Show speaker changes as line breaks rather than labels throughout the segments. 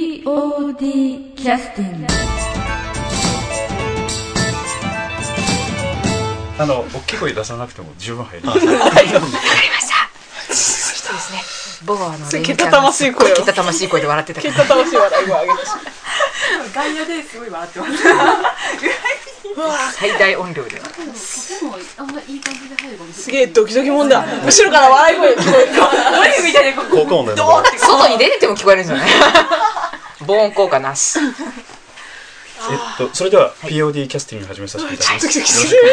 POD キャスティング
あの大きい声出さなくても十分入る。
ボーアのレミちゃん
けたたましい声を
けたたましい声で笑ってたか
け
ら
たたましい笑い声あげてし
外野ですごい笑ってます。
最大音量で
でもあんまいい感じで入るかもし
すげえドキドキもんだ後ろから笑い声聞こえる
みたいな。
効果音だよね
外に出てても聞こえるん じゃない防音効果なし
えっとそれでは POD キャスティング始めさせていただきます。
ドキドキす
よ
る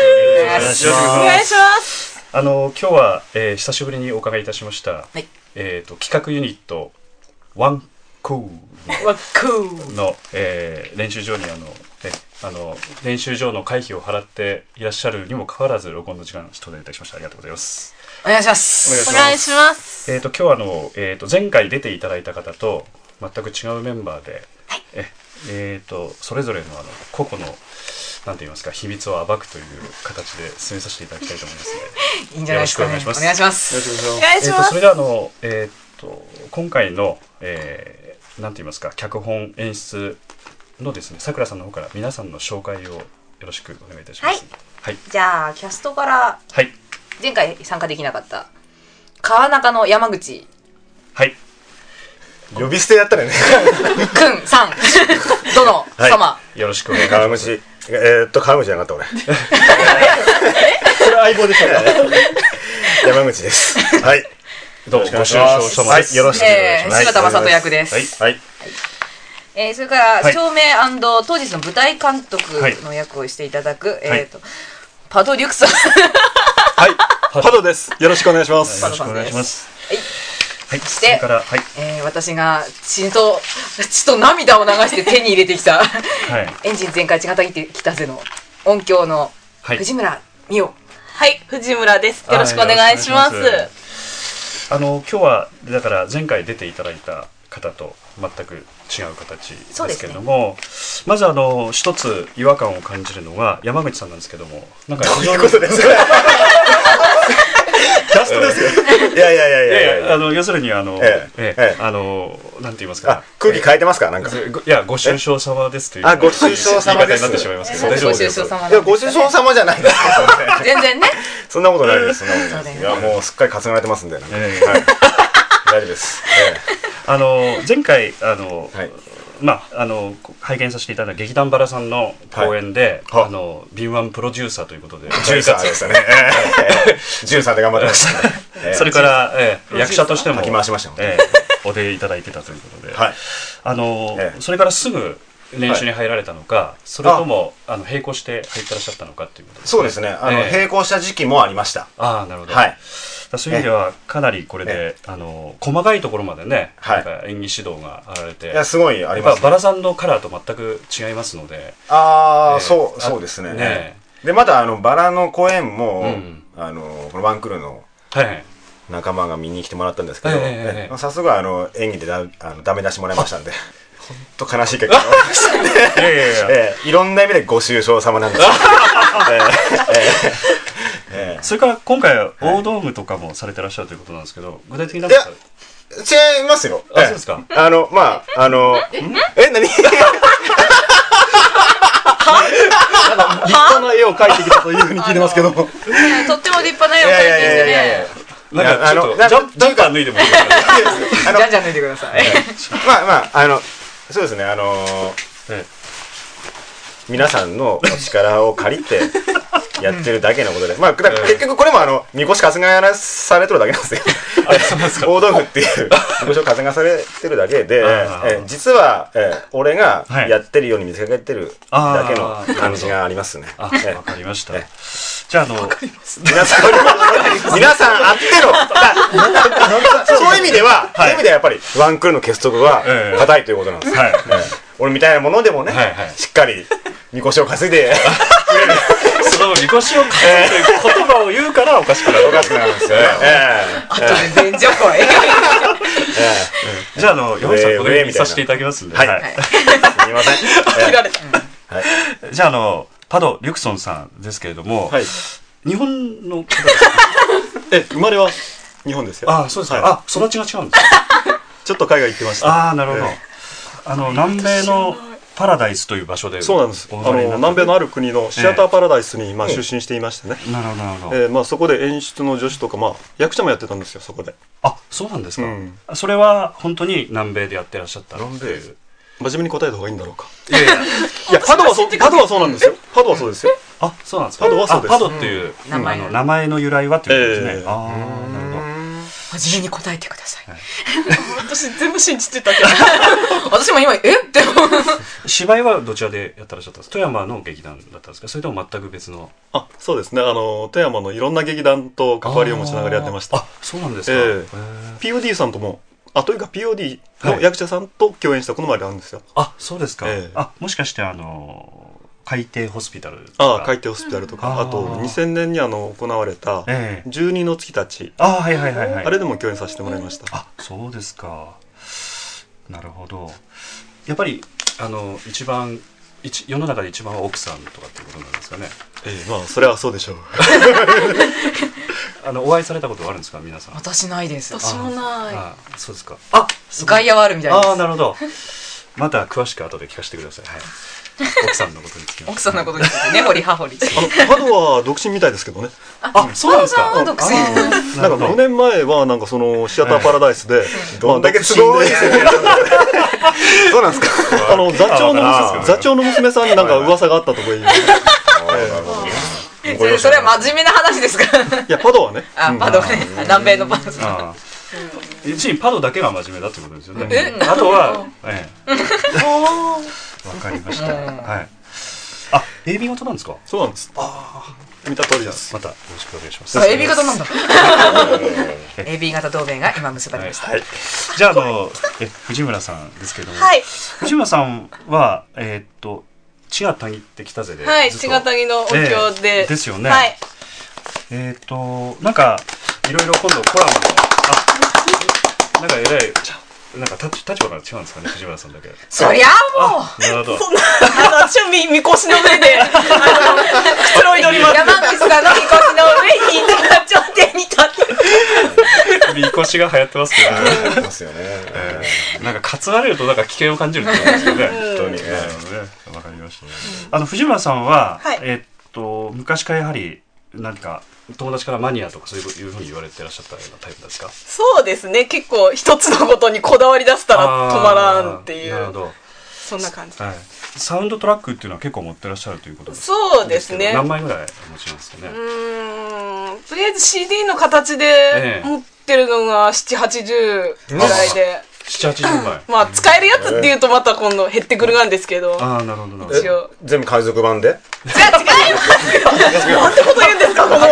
ろしくお
お
願いしま
願い
す。
します
あの今日は、えー久しぶりにお伺いいたしました。
はい
えっと企画ユニットワンクー
わっくー
の、えー練習場にあの。えあの練習場の会費を払っていらっしゃるにもかかわらず録音の時間頂戴いたしましたありがとうございます
お願いします
お願い
します
えー、と今日はあの、えー、と前回出ていただいた方と全く違うメンバーで、ええー、とそれぞれのあの個々のなんて言いますか秘密を暴くという形で進めさせていただきたいと思います
いいんじゃないですかね
よろしくお願いします
お願いしま す
お願いし
ので、えー、と
ま
そ
す
れではあの、えー、と今回の、えー、なんて言いますか脚本演出のですねさくらさんの方から皆さんの紹介をよろしくお願いいたします。はい、
じゃあキャストから
はい、
前回参加できなかった川中の山口
はい
呼び捨てやったらね
くん さん殿
はい
様
よろしくお願いします。
川口えーっと川口じゃなかった俺
これ相棒でしょうか。
山口ですはい
どうもご愁傷様です。
はいよろしくお願い
え
します
ー柴田正人役です
はいはい
えーそれから、
はい
照明当時の舞台監督の役をしていただく、えーとパド・リュクさん
はいパドですよろしくお願いします
よろしくお願いします。はい、そ
て
れから、はい、
えー私が血と血と涙を流して手に入れてきた
はい、
エンジン全開血がたぎってきたぜの音響の
はい
藤村美桜、
はい藤村ですよろしくお願いします
あの、今日は、だから、前回出ていただいた方と、全く違う形
そう
で
ですす
けれ
ね
ども。まず、あの、一つ違和感を感じるのが、山口さんなんですけども、なんか、非常に。
キャストですよいやいやいやい
い
や
や
い
い
や
や、あの、要するに、あの、
ええ
え
え
え
え
あの、なんて言います
あ
か。
空気変えてますかなんか
えごいや、ご愁傷様ですという。
あご愁傷様です
言い方になってしまいますけど、
そう
大丈夫
ご愁
で
傷
す。
様なん
いやご
です
主人様じゃないです けどね
全 然ね
そんなことないですそんなことないです
そう
い
だ
やもうすっかり重ねられてますんでね
ええ
はい大丈夫ですえ
あの、前回、あの
え、はい
まあ、あのこ拝見させていただいた劇団バラさんの公演で、
はいは
あの敏腕プロデューサーということで
13です ねええ13で頑張ってましたええ
それから、ええ役者としても
書き回しましたもん
え
ね
えお出いただいてたということで、
はい
あの
ええ
それからすぐ練習に入られたのか、それともあの並行して入ってらっしゃったのかということ
そうですねあの
ええ
並行した時期もありました
ああなるほど、
はい
だそういう意味ではかなりこれで、あの細かいところまでね、
はい
なんか演技指導があられて
いやすごいあ
や
り
っ
ま
ぱ
す
バラさんのカラーと全く違いますので、
あ
え
あ
え
そう
あ
そうですね
ね
でまたあのバラの公演も
うん
あのこのワンクルーの
はい、
仲間が見に来てもらったんですけど
えええ
え
え
え早速あの演技でだあのダメ出しもらいましたんで本当悲しい結 果になりましたね
いやいやいや
ええいろんな意味でご愁傷様なんですよえええええ
それから今回は大ドームとかもされてらっしゃるということなんですけど、具体的になん
い
か
やえ違いますよ
あ
ええ
そうですか
あのまああのえ何
立派な絵を描いてきたというふうに聞いてますけども。
ねとっても立派な絵を
い
描い
やい
て
やい
い
や
て
いやいや
ね
なんかちょっ
い
と
やあ
ジャンジャ
の
ンパー脱いでもいいですか
あの
じゃんじゃん抜いてください
まあまああのそうですねあのー
え
皆さんのお力を借りてやってるだけのことで、まあだから結局これもあのみこし担がされてるだけなんですよ
あそうなんですか
大道具っていうみこしを担がされてるだけで、え
あー
ー実は、えー俺が
はい
やってるように見せかけてるだけの
あー
感じがありますね
あ、
えー
わかりました
ええ。
じゃあ、あの、
皆さん、皆さんあっての、だそういう意味では、そういう意味ではやっぱり、ワンクールの結束は
ええ
硬いということなんです。
はい
ええ俺みたいなものでもね
はいはい、
しっかり、みこしを担い で、
そのみこしを担ぐという言葉を言うからおかしくなる。
おかしくなるんですよね。ええ
全然じゃこい
え
じゃあ、あの、山口さん、これ
上上みたいな
見させていただきますんで。
はい
はい
えすみません。え
切られた
じゃあ、あの、パド・リュクソンさんですけれども、
はい。
日本の方ですか
え、生まれは日本ですよ。
あ、そうですか。
はい
あ、育ちが違うんですか
ちょっと海外行ってました。
ああ、なるほど
え。
あの南米のパラダイスという場所で
そうなんです。あ
お生まれに
の
なった
南米のある国のシアターパラダイスにまあ出身していましてね。
なるほどなるほど、
えーまあそこで演出の女子とかまあ役者もやってたんですよそこで。
あそうなんですか、
うん
それは本当に南米でやってらっしゃった
南米真面目に答えた方がいいんだろうか。
いやいや
いやパドはそうパドはそうなんですよ。パドはそうですよ。
あそうなんですか
パドはそうです
あパドっていう、
名前
あの名前の由来はっていうことですね、
ええ
ああなるほど
真面目に答えてください。
私全部信じてたけど。
私も今、えって思う。
芝居はどちらでやったらっしゃったんですか富山の劇団だったんですかそれとも全く別の
あそうですねあの富山のいろんな劇団と関わりを持ちながらやってまし
あ
た
ーあそうなんですか、
ええ
へー
POD さんともあというか POD の役者さんと共演したこの前あるんですよ、
あそうですか、
ええ
あもしかしてあの海底ホスピタルと
ああ
か
海底ホスピタルとか、
うん
あと2000年にあの行われた
ええ
十二の月たち、
あはいはいはいはい
あれでも共演させてもらいました、
あそうですかなるほどやっぱりあの一番一世の中で一番は奥さんとかっていうことなんですかね
ええまあそれはそうでしょう
あのお会いされたことはあるんですか皆さん
私ないです。
私もな
あそうですかあ
外野はあるみたい
ああ
です。
なるほどまた詳しく後で聞かせてください、はい、奥さんのことにつきま
奥
して
さんのことですね。根掘り葉掘り。
あのパドは独身みたいですけどね
あそうなんですか
パドは独身
あ
なんか
なるほ
5
ど
年前はなんかそのシアターパラダイスで、ま
ど
あ
んだけすごい そうなんですか
あの座長の
あ
娘座長の娘さんになんか噂があったとか言う
それそれは真面目な話ですから。
いやパドはね
あ、パドね。南米のパド。
ああ一位パドだけが真面目だってことですよね、あとはええわかりました、はいあエビ型なんですか
そうなんです見た通りです
またよろしくお願いします
あ、エビ型なんだ。エビ型同盟が今結ばれました。
はい、じゃああのえ藤村さんですけれども、
はい。
藤村さんはえーっと「千がたぎってきたぜで」
はい。
ずっと
千賀谷のお経
え
で
え。ですよね、
はい。
えーっとなんかいろいろ今度コラボのあなんかえらいなんか立ち立場が違うんですかね藤村さんだけ
そりゃあもう
なるほど
あの、私はみ、みこしの 上で、あの、くつろいでおります。
山口さんのみこしの上に
頂点に立って
みこしが流行ってますけどね、
ありますよね
ええなんか担われるとなんか危険を感じるってことですよね
本当
な
に
るほどね。わかりました。あの藤村さんは、
はい
えっと昔からやはり何か友達からマニアとかそういうふうに言われてらっしゃったようなタイプですか。
そうですね。結構、一つのことにこだわり出したら止まらんってい
あーなるほ
う、
ど。は
そんな感じ。
い。サウンドトラックっていうのは結構持ってらっしゃるということです。
そうですね。
何
う
枚ぐらいお持ちなんですかね。
ーん。とりあえず CD の形で
ええ
持ってるのが7、80ぐらいで。
七八十枚。
まあ、使えるやつっていうとまた今度減ってくるなんですけど。
ああなるほどなるほ
一
ど。
応。
全部海賊版で
こと言うんですかこの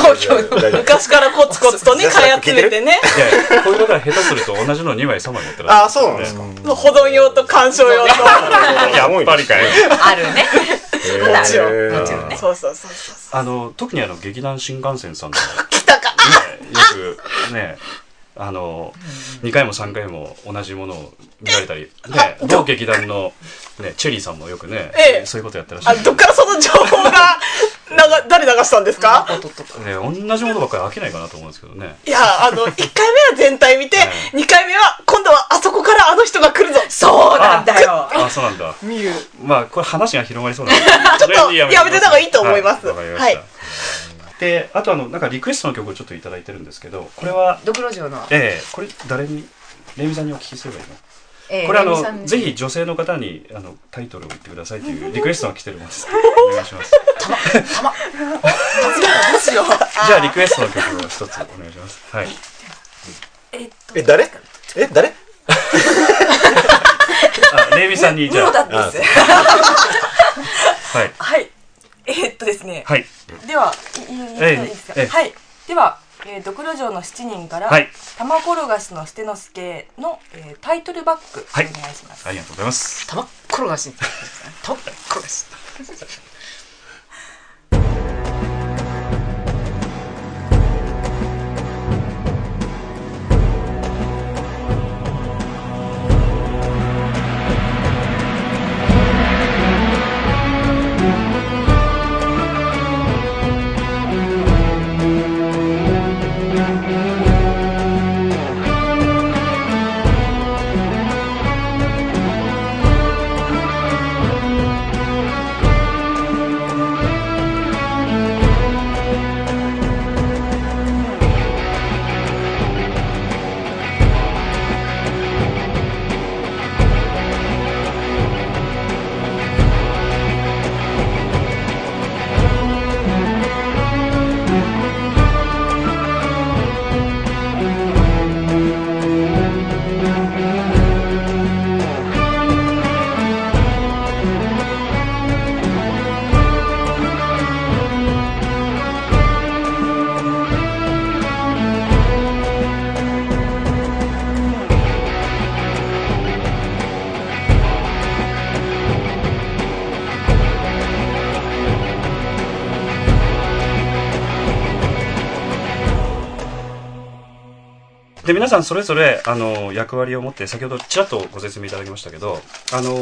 公共の昔からコツコツとね買い集めてね
いやいやこういうのが下手すると同じの二枚三枚持ってらっしゃる。
ああそうなんですか
保存用と鑑賞用と
やっぱりかよ
あるね。
も
ちろ
ん
もちろんね。
そうそうそうそう
あの特にあの劇団新幹線さんの
来たか
ねよくねあの2回も3回も同じものを見られたり、ね、同劇団の、ね、チェリーさんもよくね、
ええ
そういうことやってらっしゃ
あ
る
どっからその情報がな誰流したんですか
ね、同じものばっかり飽きないかなと思うんですけどね
いやあの1回目は全体見て
う
2回目は今度はあそこからあの人が来るぞ
そうなんだよ。
あそうなんだ
見る
まあこれ話が広がりそうなん でち
ょっとやめてた方がいいと思います
わ、かりました、
は
であとあのなんかリクエストの曲をちょっと頂いただいてるんですけどこれは
ドクロ城の。
ええこれ誰にレミさんにお聞きすればいいの
えー
これあ
レミさん
の
に
ぜひ女性の方にあのタイトルを言ってくださいというリクエストが来てるます。お願いします。 じゃあリクエストの曲を一つお願いします。はい。
え誰え誰
あ、レイミさんにじゃあ。
あ
はい。
はい。えーっとですね。
はい。
では、いいいいいい
ええ
ですか
ええ
はい。では、えー、ドクロ城の七人から、
はい。
玉転がしの捨之助の、えータイトルバック、
はい
お願いします。
ありがとうございます。
玉転がし。玉転がし。
「
で皆さんそれぞれあの役割を持って先ほどちらっとご説明いただきましたけどあの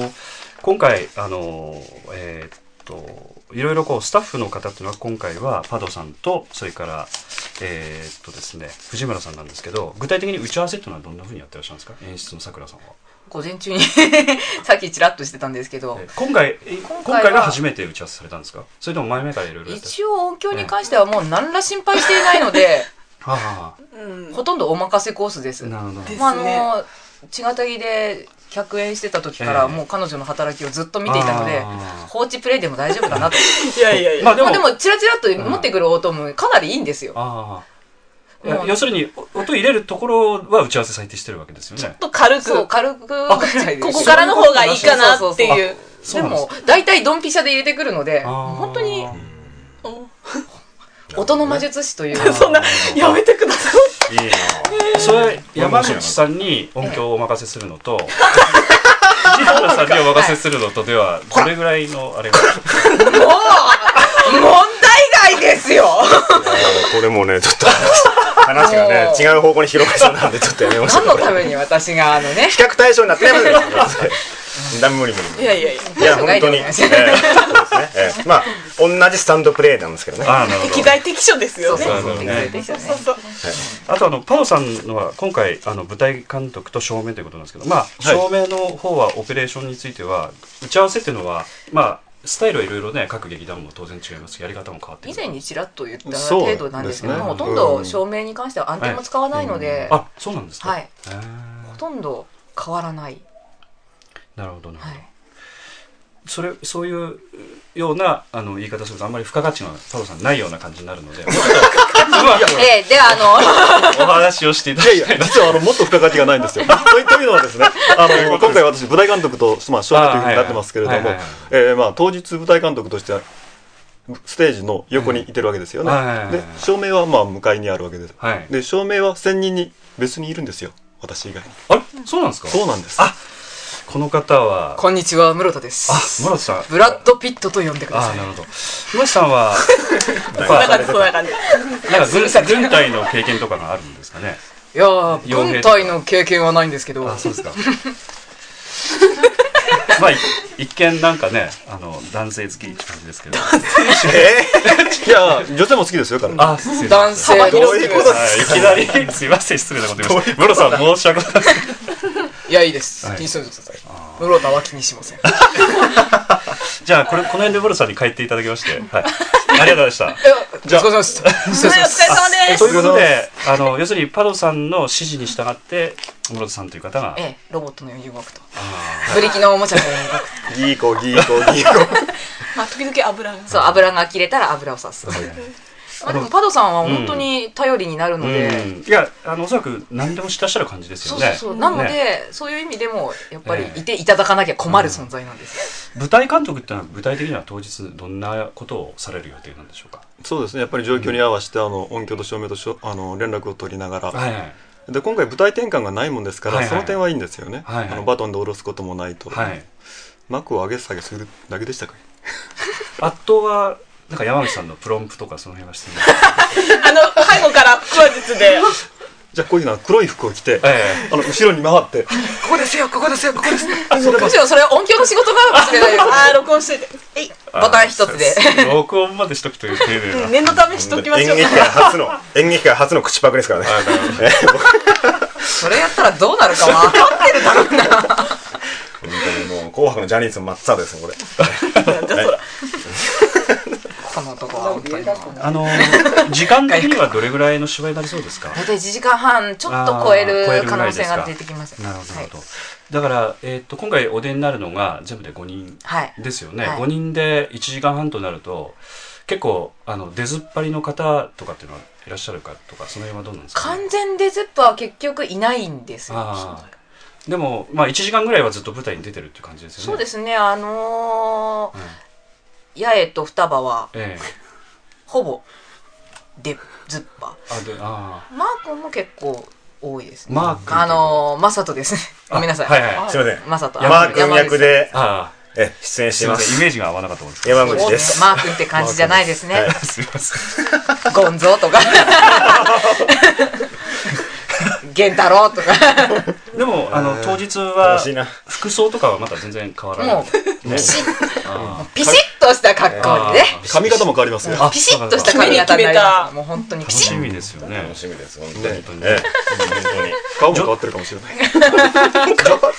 今回あのえーっといろいろこうスタッフの方っていうのは今回はパドさんとそれからえーっとですね藤村さんなんですけど具体的に打ち合わせっていうのはどんなふうにやってらっしゃるんですか演出のさくらさんは、
午前中に さっきちらっとしてたんですけど
え今回え今
今回は
回が初めて打ち合わせされたんですかそれとも前々からいろいろやってらっし
一応音響に関してはもう何ら心配していないので
ゃるは
うん
ほとんどお任せコースです
あなるほど
ですね
まあ、あの千ヶ谷で100円してた時か
え
ら
え
もう彼女の働きをずっと見ていたので、
あ
放置プレイでも大丈夫だなと。
いやいやい
ー
や。
まあで
ま
も
あでも、チラチラっと持ってくる音もかなりいいんですよ。
ああ、
もう
要するにお音入れるところは打ち合わせ最低してるわけですよね
と軽く、
そう、
こ
軽く、こ
こからの方がいいかなって
う。
いう。
そ
で
うなんです
も、大体ドンピシャで入れてくるので、
あー
本当に
うん
音の魔術 師という。
そんな、やめてください。
いいなそれ山口さんに音響をお任せするのと 藤原さんにお任せするのとではどれぐらいのあれが
もう、問題外ですよ
これもうね、ちょっと話がね、違う方向に広がりそうなんで、ちょっとやめましょ う。
何のために私があのね、
比較対象になってないです。ダメ無理無理無
いやいやいや。
理。いや、本当に。ええそうですね。ええまあ、同じスタンドプレーなんですけど ね。
ああなるほ
機
ど
材適所ですよね。
そう
そ
そうう
適
ね
材適所ね
そうそう。
あとあのパオさんのは今回あの舞台監督と照明ということなんですけど、まあ、照明の方はオペレーションについては打ち合わせっていうのは、まあ、スタイルはいろいろね各劇団も当然違いますやり方も変わって
以
くる
前にちらっと言った程度なんですけど、
そうですね
ほとんど照明に関しては安定も使わないので、
あそうなんですか、
はい、
へー
ほとんど変わらない。
なるほどなるほ
は
ど、
い。
それそういうようなあの言い方するとあんまり付加価値が太郎さんないような感じになるのでもうちょっとうまく
えーで、あの、
お話をしていただ
いやい
き
や
たいな、
実はあのもっと付加価値がない んですよ。といった意味ではですね、あの今回私舞台監督とまあ照明というふうになってますけれど
あーは
も
いはいはい、
えーまあ当日舞台監督としてはステージの横にいてるわけですよね
はいはいはい。
で照明はまあ向かいにあるわけです。
はい、
で照明は専任に別にいるんですよ。私以外に。
あれそうなんですか
そうなんです。
あこの方は
こんにちは、室田で
あ
す。
村田さん
ブラッド・ピットと呼んでくだ
あ
さ
ー
い。
なるほど村田さんは
そんな感じ、そんな感じ。
なんか軍軍隊の経験とかがあるんですかね
いやー、
傭兵
軍
とか
隊の経験はないんですけど、
あそうですかまあい一見なんかねあの男性好きって感じですけど
いや女性も好きですよ。から。
あすいません
男性
どういうことです
はいいきなりすいません失礼なこと言いました室 さん申し訳ございません
いや、いいです。
はい
気にしないでください。室田は気にしません。え
じゃあこれこの辺でボルさんに帰っていただきま して、はい、ありがとうございました。
お疲れ様です。失
お
礼し
疲れ
ま
様
す。
です。
ということで、あの要するにパドさんの指示に従って室田さんという方が
え、え、ロボットの誘惑と、ブリキのおもちゃの誘惑と、
ギーコ、ギーコ、ギーコ。
まあ時々油が。
そう、油が切れたら油を刺す。まあでも、パドさんは本当に頼りになるの
う
で、
ん、いやあのおそらく何でも知ってらっしゃる感じですよ
そうそう
ね。
そう。なの
ね
で、そういう意味でも、やっぱり
ええ
いていただかなきゃ困る存在なんです。
舞台監督ってのは具体的には当日どんなことをされる予定なんでしょうか。
そうですね。やっぱり状況に合わせてあの音響と照明としょあの連絡を取りながら。
はいはい
で今回舞台転換がないもんですから、
はいはい
その点はいいんですよね、
はいはい
あのバトンで下ろすこともないと、
はい。
幕を上げ下げするだけでしたか
あとはなんか山口さんのプロンプとかその辺はしてない。
あの、背後から腹話術で。
じゃあこういうのは黒い服を着て、
え
あの後ろに 回って
ここですよ、ここですよ、ここですよ。むしろそれは音響の仕事なのかもしれないです。
ああ、録音しといて。えい。
え
ボタン一つで。
あー録音までしとくという丁寧な。
念のためしときましょ
演
う。
劇界初の、演劇界初の口パクですからね。
それやったらどうなるか わかってるだろうな。
本当にもう、紅白のジャニーズの真っ青ですね、これ。
この男は本当に。
あの時間的にはどれぐらいの芝居になりそうですか。
大体1時間半ちょっと超える可能性が出てきます。
なるほど、な
は
る
い
ほど。だから、えーっと、今回お出になるのが全部で5人
はい。
ですよね。
はい
5人で1時間半となると、結構、あの、出ずっぱりの方とかっていうのはいらっしゃるかとか、その辺はどうなんですか、
完全デズッパは結局いないんですよ
あ。あ。でも、まあ、1時間ぐらいはずっと舞台に出てるっていう感じですよね。。
そうですすね、あのー、八重と双葉は、
ええ
ほぼ、デズッパ。
あ、で、ああ。
マー君も結構多いですね。
マー君という
あのー、マサトですね。
あ
ごめんなさい。
はいはい
すいません。
マサト。
マー君役で、
ああ。
え、出演し
すいま
ま
せん、イ
す。
メージが合わなかったもんですから。
山
山
口
口
で
ですす。。マー君って感じじゃないですね。
すいません。
ゴンゾーとか。源太郎とか。
でもあの当日
楽
は
しいな。
服装とかはまだ全然変わらない
もう、ピシッ、
あ
ピシッとした格好でね。
ー
髪型も変わりますよ。
ピシッとした髪型になります。もう本当に
楽
ピシッ。
しみですよね
楽しみです、本
本
当
当
に。
に
ええ本当に。
顔も変わってるかもしれない。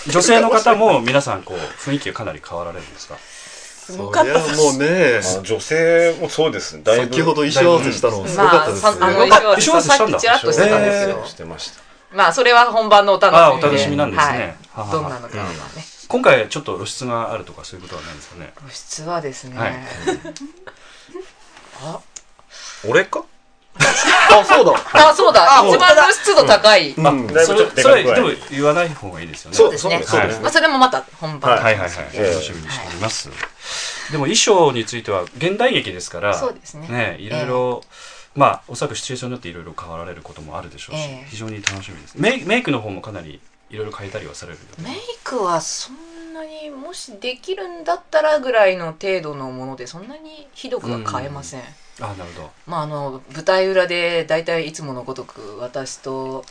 女性の方も皆さんこう雰囲気がかなり変わられるんですか
すごかったもうね、
あ女性もそうですね。だいぶ
先ほど衣装合わせしたのもすごかったですね。
まあ、あの
よかった
衣装さっきちらっとしてたんですよ。
してました。
まあ、それは本番のお楽しみ
ああ
で。
ーお楽しみなんですね、
はい。
は
ど
は
ん
は
なのかはね。
今回ちょっと露出があるとかそういうことはないんですかね
露出はですね、
はい
俺か
あ、そうだ。
あ、そうだ、一番露出度高い。
うん
だい
そ
ぶち
れ
ょっとで
そ
か
れ
い具合
でも言わない方がいいですよね
そう
ですね。
そうですね
まあ、それもまた本番。
はいはいはい、
ええ
楽しみにしております、でも衣装については現代劇ですから
そうですね
いろいろ、まあおそらくシチュエーションによっていろいろ変わられることもあるでしょうし、
ええ
非常に楽しみですメイメイクの方もかなりいろいろ変えたりはされるよ
メ
ね
イクはそんなにもしできるんだったらぐらいの程度のものでそんなにひどくは変えません、
あなるほど
まああの舞台裏で大体いつものごとく私と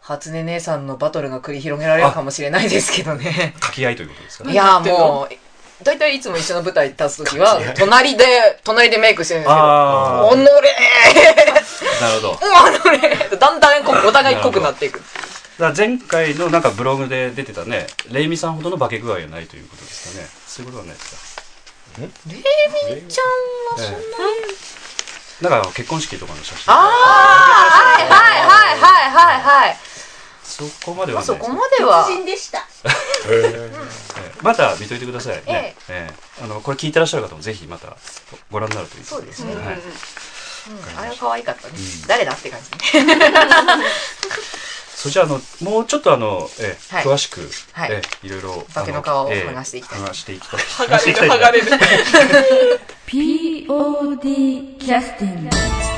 初音姉さんのバトルが繰り広げられるかもしれないですけどね
掛け合いということですか
い
ね
やーもう大体いつも一緒の舞台に立つ時は隣で隣でメイクしてるんですけど「
あ
おのれ
あなるほど
ーおのれー!」 だんだんこうお互い濃くなっていく
だから前回のなんかブログで出てたねレイミさんほどの化け具合がないということですかねそういうことはないですか
ちゃんは
ええなんか結婚式とかの写真
ああはいはいはいはいはいはい
そこまではな
まあ
い
そこまでは
人でした。
ええまた見といてくださいね、
ええ
ええあのこれ聞いてらっしゃる方もぜひまたご覧になるといいですね
そうですね
はい
うんあれは可愛かったね、誰だって感じね
それじゃああのもうちょっとあの、ええ
はい
詳しく、
はい
ええいろいろ
化けの
あ
皮を剥がしていきたい
剥がしていきたい
剥がれる、剥がれる。
POD キャスティング